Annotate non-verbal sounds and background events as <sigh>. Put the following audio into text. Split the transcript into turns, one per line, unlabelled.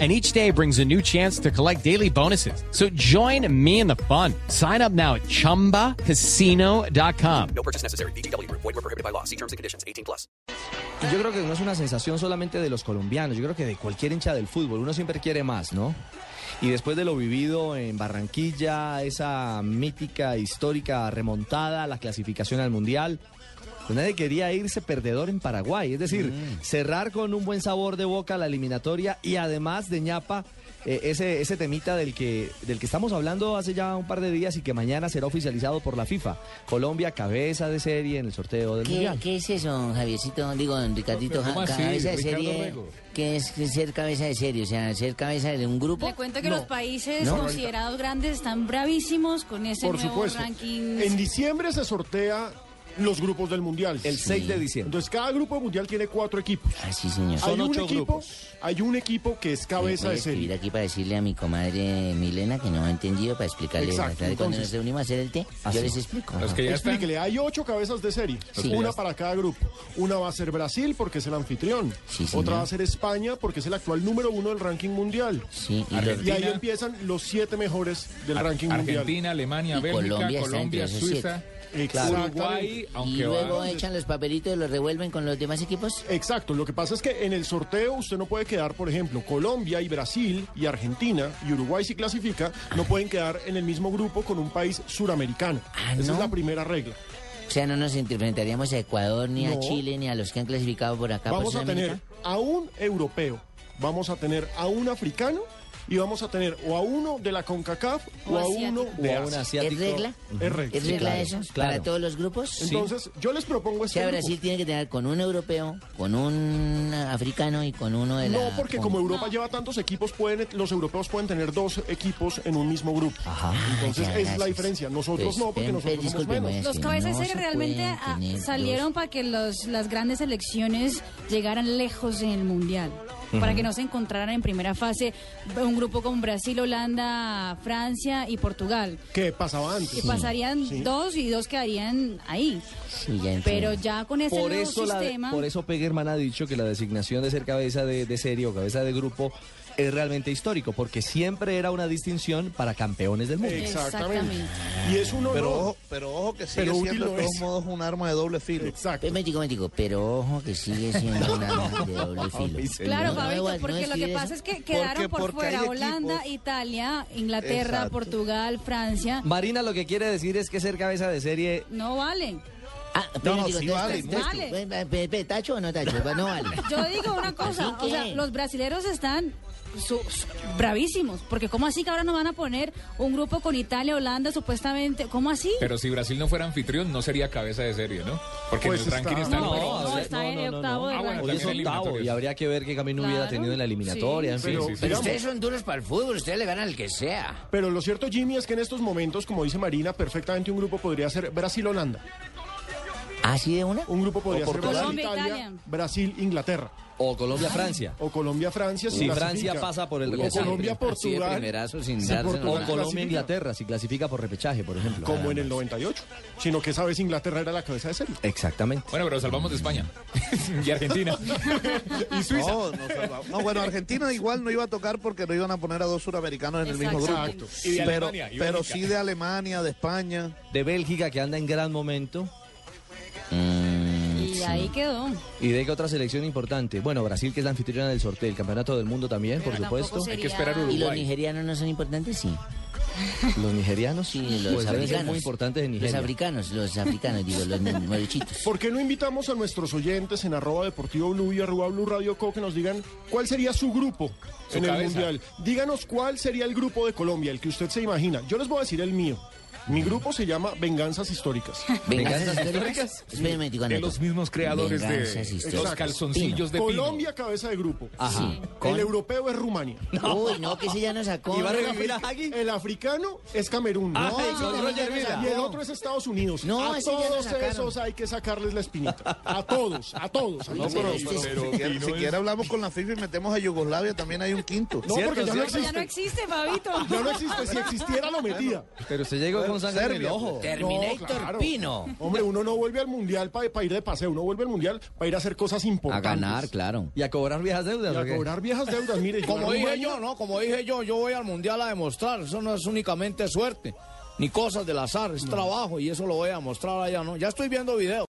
and each day brings a new chance to collect daily bonuses. So join me in the fun. Sign up now at ChumbaCasino.com.
No purchase necessary. BGW. Void were prohibited by law. See terms and conditions. 18 plus.
Yo creo que no es una sensación solamente de los colombianos, yo creo que de cualquier hincha del fútbol, uno siempre quiere más, ¿no? Y después de lo vivido en Barranquilla, esa mítica, histórica remontada, la clasificación al Mundial, pues nadie quería irse perdedor en Paraguay, es decir, cerrar con un buen sabor de boca la eliminatoria y además de ñapa eh, ese, ese temita del que, del que estamos hablando hace ya un par de días y que mañana será oficializado por la FIFA. Colombia cabeza de serie en el sorteo del
¿Qué,
Mundial.
qué es eso, Javiercito? Digo, don Ricardito,
Pues,
ja- cabeza de serie. ¿Qué es ser cabeza de serie? O sea, ser cabeza de un grupo.
Le cuento que
No.
los países
No.
considerados grandes están bravísimos con ese
Por
nuevo
supuesto.
ranking.
En diciembre se sortea los grupos del mundial.
El 6 de diciembre.
Entonces cada grupo mundial tiene cuatro equipos.
Ah, sí, señor.
hay un
ocho
equipo,
grupos.
hay un equipo que es cabeza
Voy a
de
escribir
serie.
aquí para decirle a mi comadre Milena que no ha entendido para explicarle.
Exacto,
más tarde cuando
entonces.
nos reunimos a hacer el té,
Ah,
yo les explico.
Los que ya están,
Explíquele, hay ocho cabezas de serie,
Sí.
una para cada grupo. Una va a ser Brasil porque es el anfitrión,
Sí, señor.
otra va a ser España porque es el actual número uno del ranking mundial.
Sí, y, los-
Y ahí
Argentina.
empiezan los siete mejores del
Ar-
ranking mundial.
Argentina, Alemania,
Y
Bélgica,
Colombia está entre
Colombia,
esos
Suiza,
Exactamente.
Uruguay,
y
aunque
luego
va.
echan los papelitos y los revuelven con los demás equipos.
Exacto, lo que pasa es que en el sorteo usted no puede quedar, por ejemplo, Colombia y Brasil y Argentina y Uruguay si clasifica, no pueden quedar en el mismo grupo con un país suramericano.
Ah,
Esa
¿no? Ah,
es la primera regla.
O sea, no nos enfrentaríamos a Ecuador, ni a
No.
Chile, ni a los que han clasificado por acá. por
vamos a tener
Sudamérica.
a un europeo, vamos a tener a un africano y vamos a tener o a uno de la CONCACAF o,
O
a
asiático.
uno de
O a un
Asia.
¿Es
asiático-
regla?
Es regla.
¿Es
Sí,
regla
claro,
eso? ¿Para
claro.
todos los grupos?
Entonces, yo les propongo
O
este
sea,
grupo.
Brasil tiene que tener con un europeo, con un africano y con uno de la...
No, porque
con-
como Europa lleva tantos equipos, pueden, los europeos pueden tener dos equipos en un mismo grupo. Entonces,
Ah, ya,
esa es la
gracias.
diferencia. Nosotros
Pues,
no, porque
ven,
nosotros
ven,
somos
discúlpeme.
menos.
los
que Este,
cabezas
no
de
se
serie realmente
pueden
ah,
tener
salieron
dos.
para que los, las grandes selecciones llegaran lejos en el Mundial. Para que no se encontraran en primera fase un grupo con Brasil, Holanda, Francia y Portugal.
¿Qué pasaba antes?
Que pasarían
Sí.
dos y dos quedarían ahí.
Sí, ya entiendo.
Pero ya con ese
Por
nuevo
eso, la,
sistema...
por eso Pegerman ha dicho que la designación de ser cabeza de, de serie o cabeza de grupo es realmente histórico, porque siempre era una distinción para campeones del mundo.
Exactamente. Y es un honor.
Pero ojo, pero ojo que sigue
Pero útil
siendo
no
de todos
es.
modos un arma de doble filo.
Exacto.
Pero, me digo, me digo, pero ojo que sigue siendo una arma de doble filo.
Claro,
Este, No, no
Fabito,
debo- no
porque lo que
escribir eso.
pasa es que quedaron por
porque hay
fuera Holanda,
equipos-
Italia, Inglaterra,
Exacto.
Portugal, Francia.
Marina lo que quiere decir es que ser cabeza de serie...
No valen.
Ah, pero
no,
digo,
sí
entonces,
vale,
entonces, pues,
vale.
ven, ven, ven, ven, ¿Tacho o no tacho? Va, No vale.
Yo digo
<laughs>
una
¿Así
cosa, o sea,
qué?
los brasileros están su- su- bravísimos, porque ¿cómo así que ahora no van a poner un grupo con Italia, Holanda, supuestamente? ¿Cómo así?
Pero si Brasil no fuera anfitrión, no sería cabeza de serie, ¿no? Porque
Pues
en el ranking
está-
está el
No,
número
no,
once.
a ver,
está en el octavo de
Ah, bueno,
Hoy
ranking.
también
es octavo
eliminatorios.
y habría que ver qué camino hubiera
Claro.
tenido en la eliminatoria,
Sí.
en
Pero,
fin.
Pero
digamos,
ustedes son duros para el fútbol, ustedes le ganan al que sea.
pero lo cierto, Jimmy, es que en estos momentos, como dice Marina, perfectamente un grupo podría ser Brasil-Holanda.
¿Así ¿Ah, de una?
Un grupo podría ser
Portugal.
Brasil-Italia,
Colombia-Italia.
Brasil-Inglaterra.
O Colombia-Francia.
O Colombia-Francia.
Si Francia pasa por el
O
repechaje.
Así de
Colombia-Portugal.
primerazo, sin
si
darse
Portugal
O
nada.
Colombia-Inglaterra, si clasifica por repechaje, por ejemplo.
Como en el
Nada más.
98. Sino que esa vez Inglaterra era la cabeza de
<laughs>
serie.
Exactamente.
Bueno, pero salvamos de España <laughs> y Argentina. y Suiza.
No, no, salvamos. No, bueno, Argentina igual no iba a tocar porque no iban a poner a dos suramericanos en el mismo grupo.
Exacto.
Y de
Pero,
Alemania, y
pero
Bélgica.
sí de Alemania, de España.
<laughs>
De Bélgica, que anda en gran momento.
Mm,
Y ahí quedó.
¿Y de qué otra selección importante? Bueno, Brasil, que es la anfitriona del sorteo, el campeonato del mundo también, por
Pero
supuesto.
tampoco
Hay que esperar
sería-
¿Y los
Uruguay.
nigerianos no son importantes? Sí.
Los nigerianos
Sí, los
pues deben ser
africanos.
muy importantes en
Los
Nigeria.
africanos, los africanos, digo, los morichitos.
¿Por qué no invitamos a nuestros oyentes en arroba deportivo blue y arroba blue radio co que nos digan cuál sería su grupo
Su
en el
cabeza.
mundial? Díganos cuál sería el grupo de Colombia, el que usted se imagina. Yo les voy a decir el mío. Mi grupo se llama Venganzas
<laughs>
Históricas.
¿Venganzas históricas? Espérame,
De los mismos creadores
Venganzas
de
históricas.
los calzoncillos de
Colombia, cabeza de grupo.
Sí.
El europeo es Rumania.
Uy, no, que ese ya nos sacó.
¿Y va a revivir a Hagi?
El africano es Camerún.
Ah,
No,
y
ese
con
también
Roger
ya lo
Mira.
sacaron. y el otro es Estados Unidos.
No,
a
ese ya lo
todos
sacaron.
esos hay que sacarles la espinita. A todos, a todos. A
Uy,
todos.
pero
No,
este-
Si quiere, si quiere hablamos con la FIFA y metemos a Yugoslavia, también hay un quinto.
Cierto,
porque ya no
cierto.
Ya no
existe.
existe, Fabito.
Ya no existe. Si existiera, lo metía.
Pero usted llegó con sangre en el
Serbia,
ojo.
pues. Terminator Pino. Hombre, uno no vuelve al mundial para ir de paseo. Uno vuelve al mundial para ir a hacer cosas
A
importantes.
ganar, claro.
Y a cobrar viejas deudas.
Y a
¿o qué?
cobrar viejas deudas. Mire, yo
Como
a
dije
Rumania-
yo, ¿no? Como dije yo, yo voy al mundial a demostrar. Eso no es únicamente suerte, ni cosas del azar, es trabajo y eso lo voy a mostrar allá, ¿no? Ya estoy viendo videos.